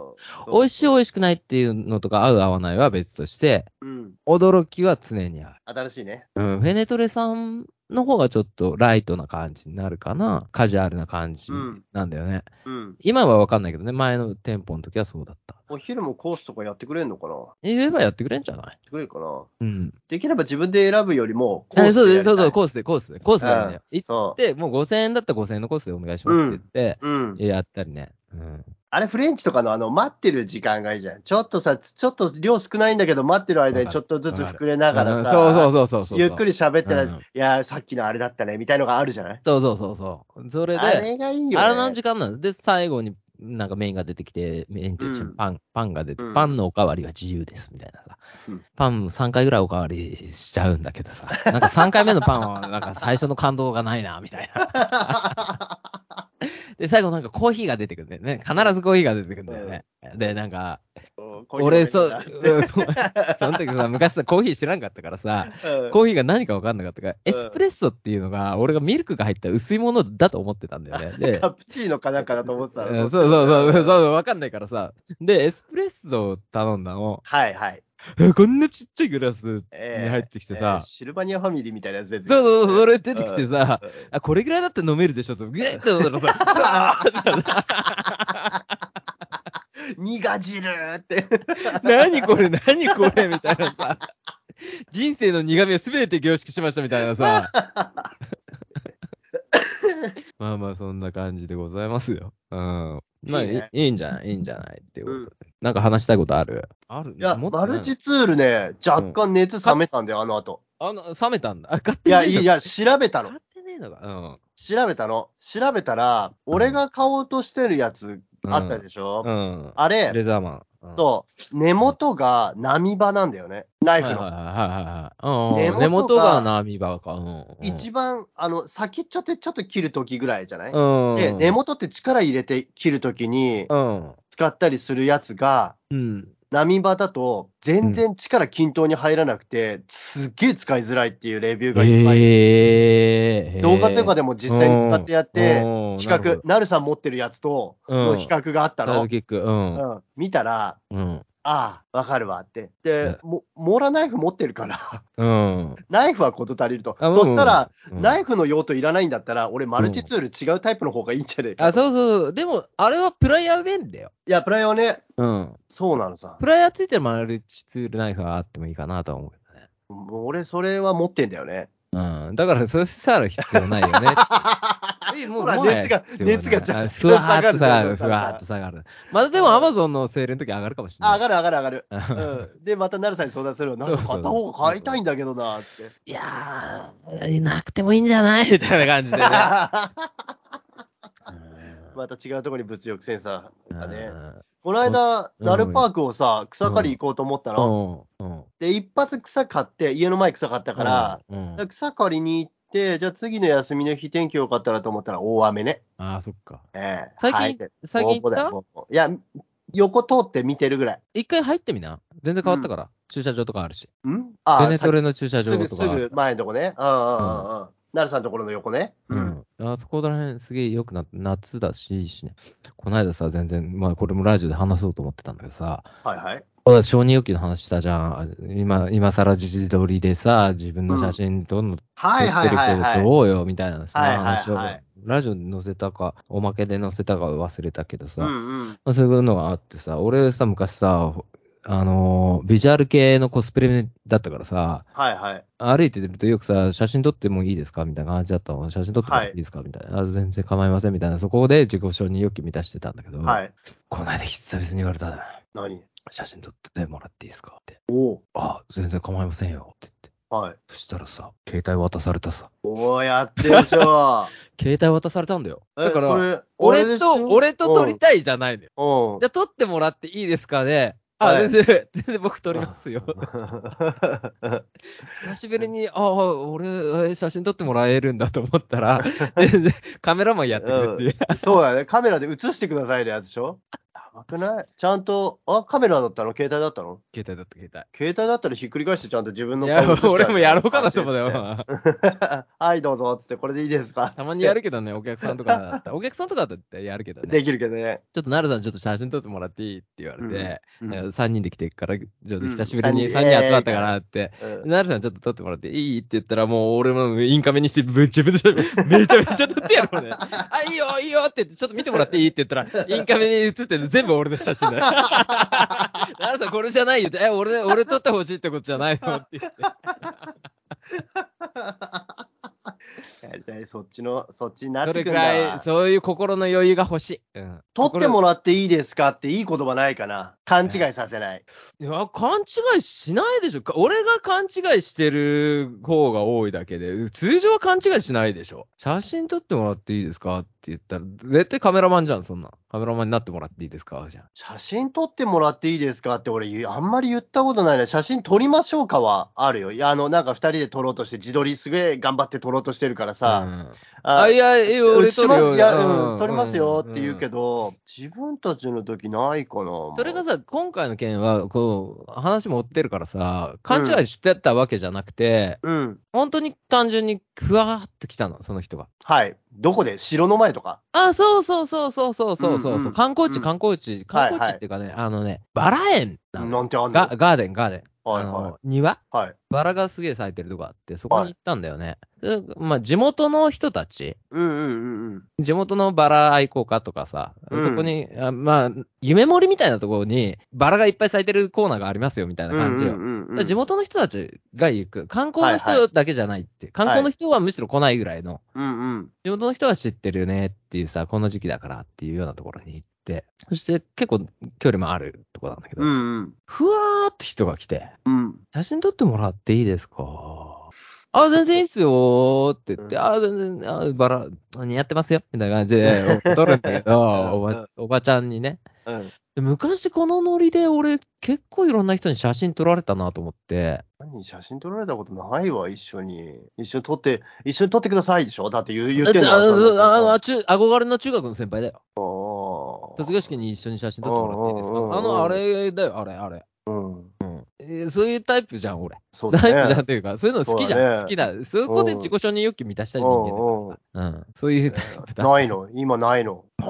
Speaker 1: 美味しい、美味しくないっていうのとか、合う、合わないは別として、
Speaker 2: うん。
Speaker 1: 驚きは常にある。
Speaker 2: 新しいね。
Speaker 1: うん、フェネトレさんの方がちょっとライトな感じになるかな。カジュアルな感じ
Speaker 2: うん
Speaker 1: なんだよね。
Speaker 2: うん。
Speaker 1: 今はわかんないけどね、前の店舗の時はそうだった。
Speaker 2: お昼もコースとかやってくれるのかなやっ
Speaker 1: 言えばやってくれんじゃない
Speaker 2: てくれるかな
Speaker 1: うん。
Speaker 2: できれば自分で選ぶよりもコ
Speaker 1: あ
Speaker 2: ース
Speaker 1: そう
Speaker 2: で
Speaker 1: で
Speaker 2: や
Speaker 1: す、
Speaker 2: り
Speaker 1: そ
Speaker 2: たいう
Speaker 1: そう、コースで、コースで、コースだよね。行
Speaker 2: そ
Speaker 1: って、もう5000円だったら5000円のコースでお願いしますって言って、
Speaker 2: う。うん。
Speaker 1: やったりね。うん。
Speaker 2: あれ、フレンチとかのあの、待ってる時間がいいじゃん。ちょっとさ、ちょっと量少ないんだけど、待ってる間にちょっとずつ膨れながらさ、
Speaker 1: うんそうそうそうそうそう。
Speaker 2: ゆっく
Speaker 1: り。
Speaker 2: り喋ってら、
Speaker 1: うん
Speaker 2: いやー、さっきのあれだったね、みたいのがあるじゃない
Speaker 1: そうそうそうそう。それで、
Speaker 2: あれがいいよ、ね。
Speaker 1: あれの時間なんです。で、最後になんか麺が出てきて、麺っていう
Speaker 2: うん
Speaker 1: パン、パンが出て
Speaker 2: う、ん
Speaker 1: パンのおかわりは自由ですみたいなさ
Speaker 2: うん。
Speaker 1: パン3回ぐらいおかわりしちゃうんだけど さ、なんか3回目のパンはなんか最初の感動がないな、みたいな。 で、最後なんかコーヒーが出てくるんだよね。必ずコーヒーが出てくるんだよね。で、なんか、
Speaker 2: うんこういうのが
Speaker 1: 俺、
Speaker 2: いいん
Speaker 1: そう、う
Speaker 2: だ
Speaker 1: んそうその時さ、昔さ、コーヒー知らんかったからさ、
Speaker 2: うん
Speaker 1: コーヒーが何か分かんなかったから、エ
Speaker 2: ん
Speaker 1: スプレッソっていうのが、俺がミルクが入った薄いものだと思ってたんだ よね。で、
Speaker 2: カプチーノかなんかだと思ってた
Speaker 1: う
Speaker 2: の。
Speaker 1: んそうそうそうそうそう、分かんないからさ。で、エスプレッソを頼んだの。
Speaker 2: はいはい。
Speaker 1: えこんなちっちゃいグラスに
Speaker 2: え
Speaker 1: 入ってきてさ。
Speaker 2: シルバニアファミリーみたいなやつで。
Speaker 1: そうそうそう、そ
Speaker 2: れ。
Speaker 1: れ出てきてさ。あ、これぐらいだって飲めるでしょと、ぐらいって飲んだらさ、あ
Speaker 2: 苦汁って。
Speaker 1: ー 何これ、何これ、みたいなさ。人生の苦味を全て凝縮しましたみたいなさ。まあまあ、そんな感じでございますよ。うん。まあ、
Speaker 2: いい
Speaker 1: いい
Speaker 2: ね
Speaker 1: いいんじゃないいいんじゃないっていうことで。なんか話したいことあるある
Speaker 2: いや、マルチツールね、若干熱冷めたんだよ、あの後。
Speaker 1: あの、冷めたんだ。あ、買っ
Speaker 2: い
Speaker 1: てね
Speaker 2: や、
Speaker 1: え
Speaker 2: い
Speaker 1: のか
Speaker 2: や、調べたの
Speaker 1: 買。ってねえのか。うん。
Speaker 2: 調べたの。調べたら、俺が買おうとしてるやつあったでしょ、
Speaker 1: うん。
Speaker 2: あれ、
Speaker 1: レザーマン。
Speaker 2: と、根元が波場なんだよね。ナ
Speaker 1: う
Speaker 2: イ
Speaker 1: ん。
Speaker 2: フ
Speaker 1: はい
Speaker 2: の。
Speaker 1: はいはいはいはい。
Speaker 2: 根
Speaker 1: う
Speaker 2: 元
Speaker 1: ん根元
Speaker 2: が
Speaker 1: が波場か。うんうん。
Speaker 2: 一番、あの、先っちょってちょっと切るときぐらいじゃない、
Speaker 1: うん。
Speaker 2: で、根元って力入れて切るときに
Speaker 1: うん。
Speaker 2: 使ったりするやつが、
Speaker 1: うん。
Speaker 2: 波場だと全然力均等に入らなくて、すっげえ使いづらいっていうレビューがいっぱい。
Speaker 1: ええ。
Speaker 2: 動画とか
Speaker 1: で
Speaker 2: でも実際に使ってやって、比較、な
Speaker 1: う
Speaker 2: るさん持ってるやつと
Speaker 1: うん
Speaker 2: の比較があった
Speaker 1: サイ
Speaker 2: の
Speaker 1: ド。キック。う。
Speaker 2: うんん、見たら、
Speaker 1: うん。
Speaker 2: ああ、わかるわって。で
Speaker 1: ね、
Speaker 2: もモーラナイフ持ってるから、
Speaker 1: うん。
Speaker 2: ナイフは事足りると。
Speaker 1: あ
Speaker 2: そしたら、、ナイ
Speaker 1: フ。
Speaker 2: フの用途いらないんだったら、俺、マルチツール違うタイプの方がいいんじゃねえか。
Speaker 1: あ、そうそうそう。でも、あれはプライヤー便だよ。
Speaker 2: いや、プライはね、
Speaker 1: うん。
Speaker 2: そうなのさ。
Speaker 1: プライヤーついてるマルチツールナイフはあってもいいかなとは思うけどね。
Speaker 2: もう俺、それは持ってんだよね。
Speaker 1: うん。だから、そしたら必要ないよね。えも
Speaker 2: ほら
Speaker 1: もはや
Speaker 2: 熱が
Speaker 1: 必要ない
Speaker 2: 熱がちゃ
Speaker 1: あ
Speaker 2: んと
Speaker 1: ふわーっと下が
Speaker 2: 下が
Speaker 1: る、
Speaker 2: る
Speaker 1: ふわーっと下がる。まだでもアマゾンのセールの時上がるかもしれ
Speaker 2: あ
Speaker 1: ない。
Speaker 2: 上がる上がる上 がる。
Speaker 1: る。
Speaker 2: うん、で、またなるさんに相談するよ。なんか買った方が買いたいんだけど なって。
Speaker 1: いやー、なくてもいいんじゃないみたいな感じで ね。
Speaker 2: また違うところに物欲センサーがね。
Speaker 1: うん
Speaker 2: この間、
Speaker 1: うん
Speaker 2: ナルパークをさ、草刈り行こうと思ったの。
Speaker 1: うんうん
Speaker 2: で、一発草買って、家の前草買ったから、
Speaker 1: うんうん
Speaker 2: だから草刈りに行って、じゃあ次の休みの日天気良かったらと思ったら大雨ね。
Speaker 1: ああ、そっか。
Speaker 2: ええ
Speaker 1: 最近
Speaker 2: はいで
Speaker 1: 最近行っ
Speaker 2: ぼん
Speaker 1: た
Speaker 2: ぼんだよぼんぼんいや、横通って見てるぐらい。
Speaker 1: 一回入ってみな。全然変わったから。駐車場とかあるし。
Speaker 2: ん
Speaker 1: ベ
Speaker 2: あ
Speaker 1: ネ
Speaker 2: あ、
Speaker 1: ト
Speaker 2: さ
Speaker 1: レの駐車
Speaker 2: す
Speaker 1: 場
Speaker 2: ぐ、
Speaker 1: と
Speaker 2: す
Speaker 1: かある。
Speaker 2: ぐ前のとこね。うんうんうんうん。なるさんのところの横ね。
Speaker 1: うん。あそこら辺すげえ良くなって、夏だし、いいしね。この間さ、全然、まあこれもラジオで話そうと思ってたんだけどさ、
Speaker 2: はいはい。
Speaker 1: この間承認欲求の話したじゃん。あ今、今更自撮りでさ、自分の写真どんどん撮
Speaker 2: はい
Speaker 1: っ
Speaker 2: はい
Speaker 1: てる
Speaker 2: はいは
Speaker 1: けど、
Speaker 2: い。
Speaker 1: どうよみたいなさ、
Speaker 2: はいはいはい
Speaker 1: 話を、ラジオに載せたか、おまけで載せたか忘れたけどさ、
Speaker 2: うんうん。
Speaker 1: まあ、そういうのがあってさ、俺さ、昔さ、あのービジュアル系のコスプレだったからさ、
Speaker 2: はいはい。
Speaker 1: 歩いてるとよくさ、写真撮ってもいいですかみたいな感じだったの。写真撮ってもいいですかみたいな。あ全然構いませんみたいな。そこで自己承認欲求満たしてたんだけど、
Speaker 2: はい。
Speaker 1: この間久々に言われたのよ
Speaker 2: 何
Speaker 1: 写真撮ってもらっていいですかって。
Speaker 2: お
Speaker 1: あ、全然構いませんよって言って。
Speaker 2: はい。
Speaker 1: そしたらさ、携帯渡されたさ。
Speaker 2: おー、やってるでしょ。
Speaker 1: 携帯渡されたんだよ。
Speaker 2: え
Speaker 1: だから
Speaker 2: それ
Speaker 1: 俺と、俺と撮り
Speaker 2: た
Speaker 1: た
Speaker 2: い。
Speaker 1: いじゃないのよ。
Speaker 2: うん。うん
Speaker 1: じゃあ撮ってもらっていいですかね。あ、
Speaker 2: はい
Speaker 1: 全然、全然僕撮りますよ。久しぶりに、ああ、俺、えー写真撮ってもらえるんだと思った ら、全然カメラマンやってくれっていう。
Speaker 2: そうだね。カメラで映してくださいのやつでしょやばくないちゃんと、あ、カメラだったの携帯だったの
Speaker 1: 携帯だった、携
Speaker 2: 携帯だったらひっくり返してちゃんと自分
Speaker 1: 帯。
Speaker 2: の
Speaker 1: いや
Speaker 2: 顔映して、
Speaker 1: 俺もやろうかなと思った
Speaker 2: あ
Speaker 1: よ。
Speaker 2: っちっつって はい、どうぞ、つって、これでいいですか
Speaker 1: たまにや
Speaker 2: る。
Speaker 1: るけどね、お客さんとかだったら。お客さんとかだったらやるけどね。
Speaker 2: できるけどね。
Speaker 1: ちょっと、なるさん、ちょっと写真撮ってもらっていいって言われて、
Speaker 2: うんうん
Speaker 1: 3人で来てるから、ちょっと久しぶり
Speaker 2: う
Speaker 1: に
Speaker 2: ん
Speaker 1: 3人集まったからって、
Speaker 2: うん
Speaker 1: なるさんちょっと撮ってもらっていいって言ったら、もう俺もインカメにして、ぶっちゃぶちゃ、めちゃめちゃ撮ってやろう ね。あ、いいよ、いいよって言って、ちょっと見てもらっていいって言ったら、インカメに映ってる全部俺の写真だ よ。なるさんこれじゃないよって、え、俺、俺撮ってほしいってことじゃないのって言 って。
Speaker 2: やりたい、そっちの、そっちになっ
Speaker 1: そ
Speaker 2: て
Speaker 1: れ
Speaker 2: く
Speaker 1: く
Speaker 2: ん
Speaker 1: らい、
Speaker 2: だ。
Speaker 1: そういう心の余裕が欲しい。うん。
Speaker 2: 撮って
Speaker 1: 心
Speaker 2: もらっていいですかっていい言葉ないかな。勘違いさせない。
Speaker 1: いや、勘違いしないでしょ。か俺が勘違いしてる方が多いだけで、通常は勘違いしないでしょ。写真撮ってもらっていいですかって言ったら、絶対カメラマンじゃん、そんなん。カメラマンになってもらっていいですかじゃん。
Speaker 2: 写真撮ってもらっていいですかって俺言う、あんまり言ったことないな。写真撮りましょうかはあるよ。いや、あの、なんか二人で撮ろうとして、自撮りすげえ頑張って撮ろうとしてるからさ。
Speaker 1: うん
Speaker 2: あ
Speaker 1: あ、いや、いや俺撮るよ。
Speaker 2: いや、うん
Speaker 1: うん
Speaker 2: 撮りますよって言うけ
Speaker 1: ん
Speaker 2: ど、自分たちの時ないかな。
Speaker 1: それが
Speaker 2: さ、
Speaker 1: さ、今回の件は、こう、話も追ってるからさ、勘違いしてたわけじゃなくて、
Speaker 2: うん。
Speaker 1: 本当に単純にふわーっと来たの、その人が。
Speaker 2: はい。どこで城の前とか。
Speaker 1: あ、そうそうそうそうそうそうそうそう、
Speaker 2: うんうん
Speaker 1: 観光地、
Speaker 2: うん
Speaker 1: 観光地、観光地っていうかね、あのね、バラ園なの。
Speaker 2: なんてあんの
Speaker 1: ガ
Speaker 2: はい
Speaker 1: ガーデン、ガーデン。
Speaker 2: はい
Speaker 1: あの庭
Speaker 2: はい。
Speaker 1: バラがすげえ咲いてるとこあって、そこに行ったんだよね。でまあ、地元の人たち、
Speaker 2: うんうんうんうん。
Speaker 1: 地元のバラ愛好家とかさ、
Speaker 2: うん
Speaker 1: そこに、あまあ、夢森みたいなところに、バラがいっぱい咲いてるコーナーがありますよみたいな感じよ。
Speaker 2: うんうんうん
Speaker 1: だから地元の人たちが行く。観光の
Speaker 2: はいは
Speaker 1: 人だけじゃないって。観光の人はむしろ来ないぐらいの。
Speaker 2: うんうん。
Speaker 1: 地元の人は知ってるよねっていうさ、この時期だからっていうようなところに行って、そして結構距離もあるとこなんだけど、
Speaker 2: うんうん。
Speaker 1: ふわーっと人が来て、
Speaker 2: うん。
Speaker 1: 写真撮ってもらっていいですかあ、全然いいっすよーって言って、
Speaker 2: うん
Speaker 1: あ、全然、あ、バラ、似合ってますよみたいな感じで撮るんだけど、 おばおばちゃんにね。
Speaker 2: うん。
Speaker 1: で昔このノリで俺結構いろんな人に写真撮られたなと思って、
Speaker 2: 何写真撮られたことないわ、一緒に。一緒に撮って、一緒に撮ってくださいでしょだって言う言ってんだ
Speaker 1: あ
Speaker 2: からそんな
Speaker 1: あ
Speaker 2: の
Speaker 1: ああ中憧れの中学の先輩だよ。
Speaker 2: ああ
Speaker 1: 卒業式に一緒に写真撮ってもらっていいですか
Speaker 2: うんうんうんうん
Speaker 1: あの、あれだよ、あれ、あれ。
Speaker 2: うん。
Speaker 1: えーそういうタイプじゃん、俺。
Speaker 2: そう
Speaker 1: タイプじ
Speaker 2: だ
Speaker 1: ゃん
Speaker 2: ね。
Speaker 1: っていうか、そういうの好きじ
Speaker 2: そうだ
Speaker 1: ゃん。好
Speaker 2: ね
Speaker 1: きだ。そこで自己承認欲求満たしたい人
Speaker 2: うんうん
Speaker 1: 間だから。うん。そういうタイプだ。
Speaker 2: ないの今ないの。
Speaker 1: あ、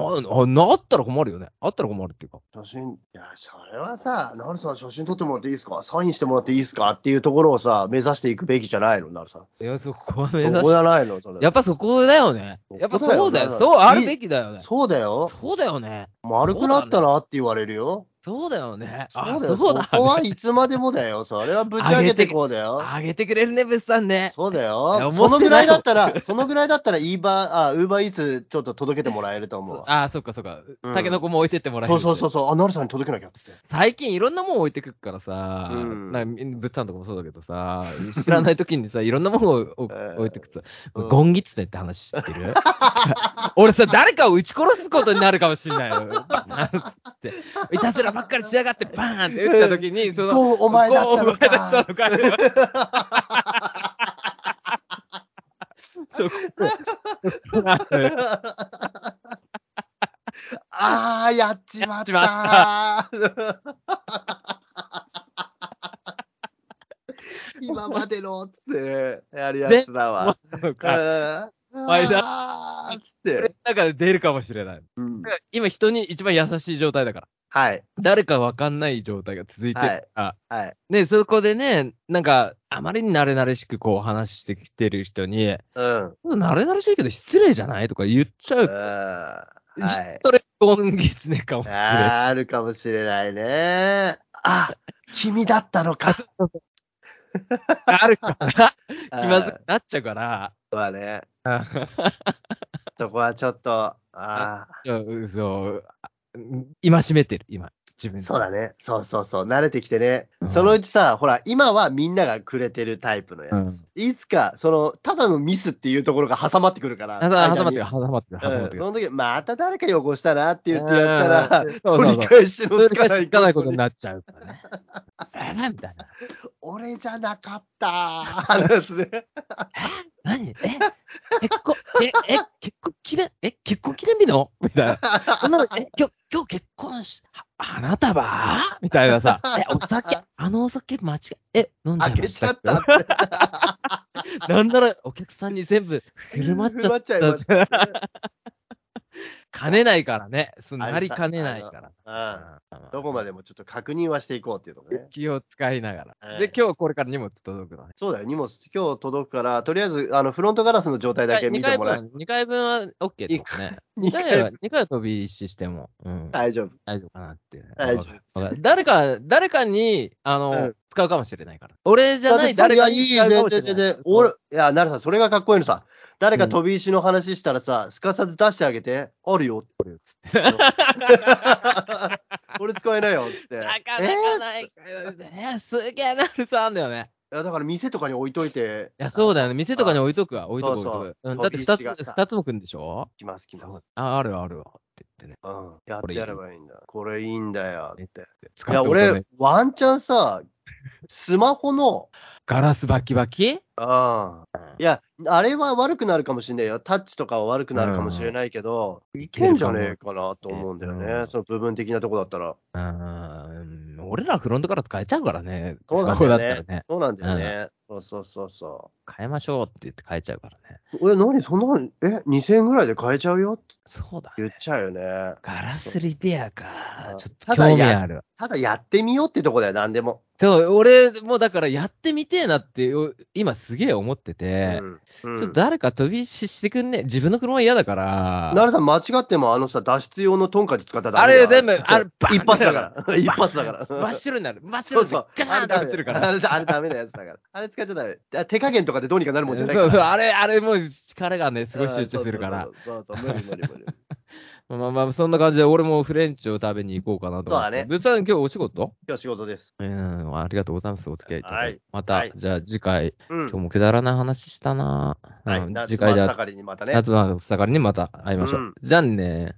Speaker 1: なあったら困るよね。あったら困るっていうか。
Speaker 2: 写真、いや、それはさ、なるさん、写真撮ってもらっていいですかサインしてもらっていいですかっていうところをさ、目指していくべきじゃないの、なるさん。
Speaker 1: いや、そこは目指
Speaker 2: そこじ
Speaker 1: し
Speaker 2: ゃないの、それ。
Speaker 1: やっぱそこだよね。やっぱそうだよ。
Speaker 2: そこだよ
Speaker 1: そうあるべきだよね。
Speaker 2: そうだよ。
Speaker 1: そうだよね。
Speaker 2: 丸くなったなって言われるよ。
Speaker 1: そうだよね。
Speaker 2: そう
Speaker 1: あ、
Speaker 2: だよ。
Speaker 1: そう
Speaker 2: そこ
Speaker 1: だ。
Speaker 2: はいつまでもだよ。それはぶち上げてこうだよ。
Speaker 1: あげてくれるね、ブスさんね。
Speaker 2: そうだ
Speaker 1: いや思
Speaker 2: よ。
Speaker 1: ってない
Speaker 2: そのぐらいだったら、そのぐらいだったら、イーバー、あ、ウーバーイーツちょっと届けてもらえると思う
Speaker 1: そ
Speaker 2: わ。
Speaker 1: あ、そっかそっか
Speaker 2: うん。
Speaker 1: タケノコも置いてってもらえ
Speaker 2: そ
Speaker 1: る
Speaker 2: う
Speaker 1: し
Speaker 2: そうそうそう、あ、なるさんに届けなきゃっつって。
Speaker 1: 最近いろんなもん置いてくっからさ、
Speaker 2: うん
Speaker 1: なんかぶっさんとかもそうだけどさ、知らない時に さ、いろんなもんをお
Speaker 2: えー
Speaker 1: 置いてくさ、
Speaker 2: うん
Speaker 1: ゴンギツネって話知って る俺さ、誰かを撃ち殺すことになるかもしんないよ。なんつって。いたずらばっかりしやがって、バーンって撃った時に、その、
Speaker 2: どうお前だった
Speaker 1: ゴンお前
Speaker 2: の
Speaker 1: だったの
Speaker 2: か。
Speaker 1: か。そこなる
Speaker 2: あー、やっちまった
Speaker 1: やっち
Speaker 2: 今までのっつって、やるやつだわ。
Speaker 1: の
Speaker 2: うん
Speaker 1: か。前だ
Speaker 2: あーっつっ
Speaker 1: それ
Speaker 2: て。
Speaker 1: の中で出るかもしれない。
Speaker 2: うん
Speaker 1: 今、人に一番優しい状態だから。
Speaker 2: はい。
Speaker 1: 誰かわかんない状態が続いてるから。
Speaker 2: はい。
Speaker 1: で、そこでね、なんか、あまりに慣れ慣れしくこう話してきてる人に、
Speaker 2: うん。うん
Speaker 1: 慣れ慣れしいけど失礼じゃないとか言っちゃう。
Speaker 2: はい。
Speaker 1: それ、今月ねかもしれない。
Speaker 2: あーあるかもしれないね。あ、君だったのか。
Speaker 1: あるから、
Speaker 2: あー
Speaker 1: 気まずくなっちゃうから、
Speaker 2: はね。そこはちょっと、あ
Speaker 1: いやそう、今しめてる、今、自分
Speaker 2: ー
Speaker 1: で
Speaker 2: そうだね。そうそうそう。慣れてきてね
Speaker 1: う。ん
Speaker 2: そのうちさ、ほら、今はみんながくれてるタイプのやつ。いつか、その、ただのミスっていうところが挟まってくるから。
Speaker 1: あだ挟まって
Speaker 2: 間に
Speaker 1: る、挟まってる、挟まっ
Speaker 2: う
Speaker 1: て
Speaker 2: ん、
Speaker 1: る。
Speaker 2: その時、また誰か汚したなって言ってやったら
Speaker 1: うん、そうそ
Speaker 2: 取
Speaker 1: う
Speaker 2: り
Speaker 1: そう。
Speaker 2: 返し
Speaker 1: それ
Speaker 2: の
Speaker 1: し
Speaker 2: つ
Speaker 1: か
Speaker 2: か
Speaker 1: つ
Speaker 2: ない
Speaker 1: かないことになっちゃうから ね。えみたいな。
Speaker 2: 俺じゃなかったー。のやつね。
Speaker 1: 何え結婚、え、え、結婚記念、え、結婚記念日のみたいな。そんなの、え、今日、今日結婚し、は花束みたいなさ、え、お酒、あのお酒間違え、え、飲んじゃ
Speaker 2: 開
Speaker 1: いま
Speaker 2: け
Speaker 1: し
Speaker 2: ちゃ
Speaker 1: た
Speaker 2: ったって。
Speaker 1: なんならお客さんに全部振る舞っちゃっ
Speaker 2: 振る舞っちゃいましたね
Speaker 1: た。兼ねないからね。すんなり兼ねないか
Speaker 2: うん
Speaker 1: ら。
Speaker 2: どこまでもちょっと確認はしていこうっていうとこね。
Speaker 1: 気を使いながら。
Speaker 2: え
Speaker 1: で
Speaker 2: え、
Speaker 1: 今日これから荷物届くのね。
Speaker 2: そうだよ、荷物、今日届くから、とりあえずあのフロントガラスの状態だけ見てもらえ。
Speaker 1: 2回分は OK ってことね。
Speaker 2: 二
Speaker 1: 2回
Speaker 2: 回
Speaker 1: は、2回は飛び石しても。うん
Speaker 2: 大丈夫。
Speaker 1: 大丈夫かなっていうね。
Speaker 2: 大丈夫
Speaker 1: わかるわかる誰か、誰かに、あの、
Speaker 2: うん
Speaker 1: 使うかもしれないから。俺じゃない、誰
Speaker 2: が
Speaker 1: か
Speaker 2: い
Speaker 1: に
Speaker 2: い、
Speaker 1: 使うかもしれない。
Speaker 2: 全然全然俺、いや、なるさん、それがかっこいいのさ。誰か飛び石の話したらさ、すかさず出してあげて、ある よ。これ使えないよ、つって。え
Speaker 1: なかなか
Speaker 2: ー
Speaker 1: ない。えーすげえなるさんだよね。
Speaker 2: いやだから店とかに置いといて、
Speaker 1: いや、そうだよね。店とかに置いとくわ。置いとく
Speaker 2: そう
Speaker 1: 置い
Speaker 2: そう
Speaker 1: とく。うんだって二
Speaker 2: 飛び石
Speaker 1: つ、
Speaker 2: がさ
Speaker 1: 二つもくんでしょ
Speaker 2: 来ます、来ます。
Speaker 1: あ、あるわあるわ。って言ってね。
Speaker 2: うん。やっ
Speaker 1: これ
Speaker 2: て
Speaker 1: いい
Speaker 2: やればいいんだ。これいいんだよ、って。
Speaker 1: 使
Speaker 2: いや、
Speaker 1: っておく
Speaker 2: 俺、ワンチャンさ、スマホの、
Speaker 1: ガラスバキバキ
Speaker 2: ああいや、あれは悪くなるかもしれないよ。タッチとかは悪くなるかもしれないけど、
Speaker 1: い
Speaker 2: いけんじゃねえかなと思うんだよね。
Speaker 1: うん
Speaker 2: その部分的なとこだったら。
Speaker 1: うん。俺らフロントから使えちゃうからね。
Speaker 2: そうなん
Speaker 1: スマホだった
Speaker 2: だよ
Speaker 1: ら
Speaker 2: ね。
Speaker 1: ね。
Speaker 2: そうなんだよね。そうそうそうそ
Speaker 1: 変えましょうって言って変えちゃうからね。
Speaker 2: う。え、何そんな、え、2000円ぐらいで買えちゃうよって
Speaker 1: そうだね
Speaker 2: 言っちゃうよね。
Speaker 1: ガラスリペアか
Speaker 2: う。ん
Speaker 1: ちょっと
Speaker 2: ただ
Speaker 1: 興味
Speaker 2: や
Speaker 1: ある。
Speaker 2: ただやってみようってとこだよ、何でも。
Speaker 1: そう、俺もだからやってみてえなって、お今すげえ思って
Speaker 2: う
Speaker 1: て、
Speaker 2: ん。
Speaker 1: ちょっと誰か飛び石してくんね自分の車嫌だから。
Speaker 2: なるさん、間違ってもあのさ、脱出用のトンカチ使ったらダ
Speaker 1: あ
Speaker 2: メだ
Speaker 1: れ
Speaker 2: よ
Speaker 1: 全部、あれ、バーン
Speaker 2: 一発だから。一発だから。
Speaker 1: 真っ白になる。真っ
Speaker 2: そ
Speaker 1: 白
Speaker 2: う
Speaker 1: に
Speaker 2: そ
Speaker 1: なる
Speaker 2: う。。
Speaker 1: ガシャーンって落ちるから。
Speaker 2: あれダメあれダメなやつだから。あれ使っちゃダメ。あ手加減とかでどうにかなるもんじゃないか
Speaker 1: そ
Speaker 2: ら。
Speaker 1: うそうあれ、あれもう力がね、すごい集中するから。
Speaker 2: そうそうそう。そうそう無理無理無理。
Speaker 1: まあまあまあ、そんな感じで、俺もフレンチを食べに行こうかなと思って。
Speaker 2: そうだね
Speaker 1: ぶつさん、今日お仕事
Speaker 2: 今日仕事です。
Speaker 1: うん、ありがとうございます。お付き合いいただいて。
Speaker 2: はい
Speaker 1: また、
Speaker 2: はい
Speaker 1: じゃあ次回、
Speaker 2: うん
Speaker 1: 今日もくだらない話したな、
Speaker 2: は
Speaker 1: う
Speaker 2: い。
Speaker 1: ん
Speaker 2: 夏
Speaker 1: 次回じ
Speaker 2: 真っ
Speaker 1: ゃあ
Speaker 2: 盛りにまたね。
Speaker 1: 夏の盛りにまた会いましょう。
Speaker 2: うん
Speaker 1: じゃあね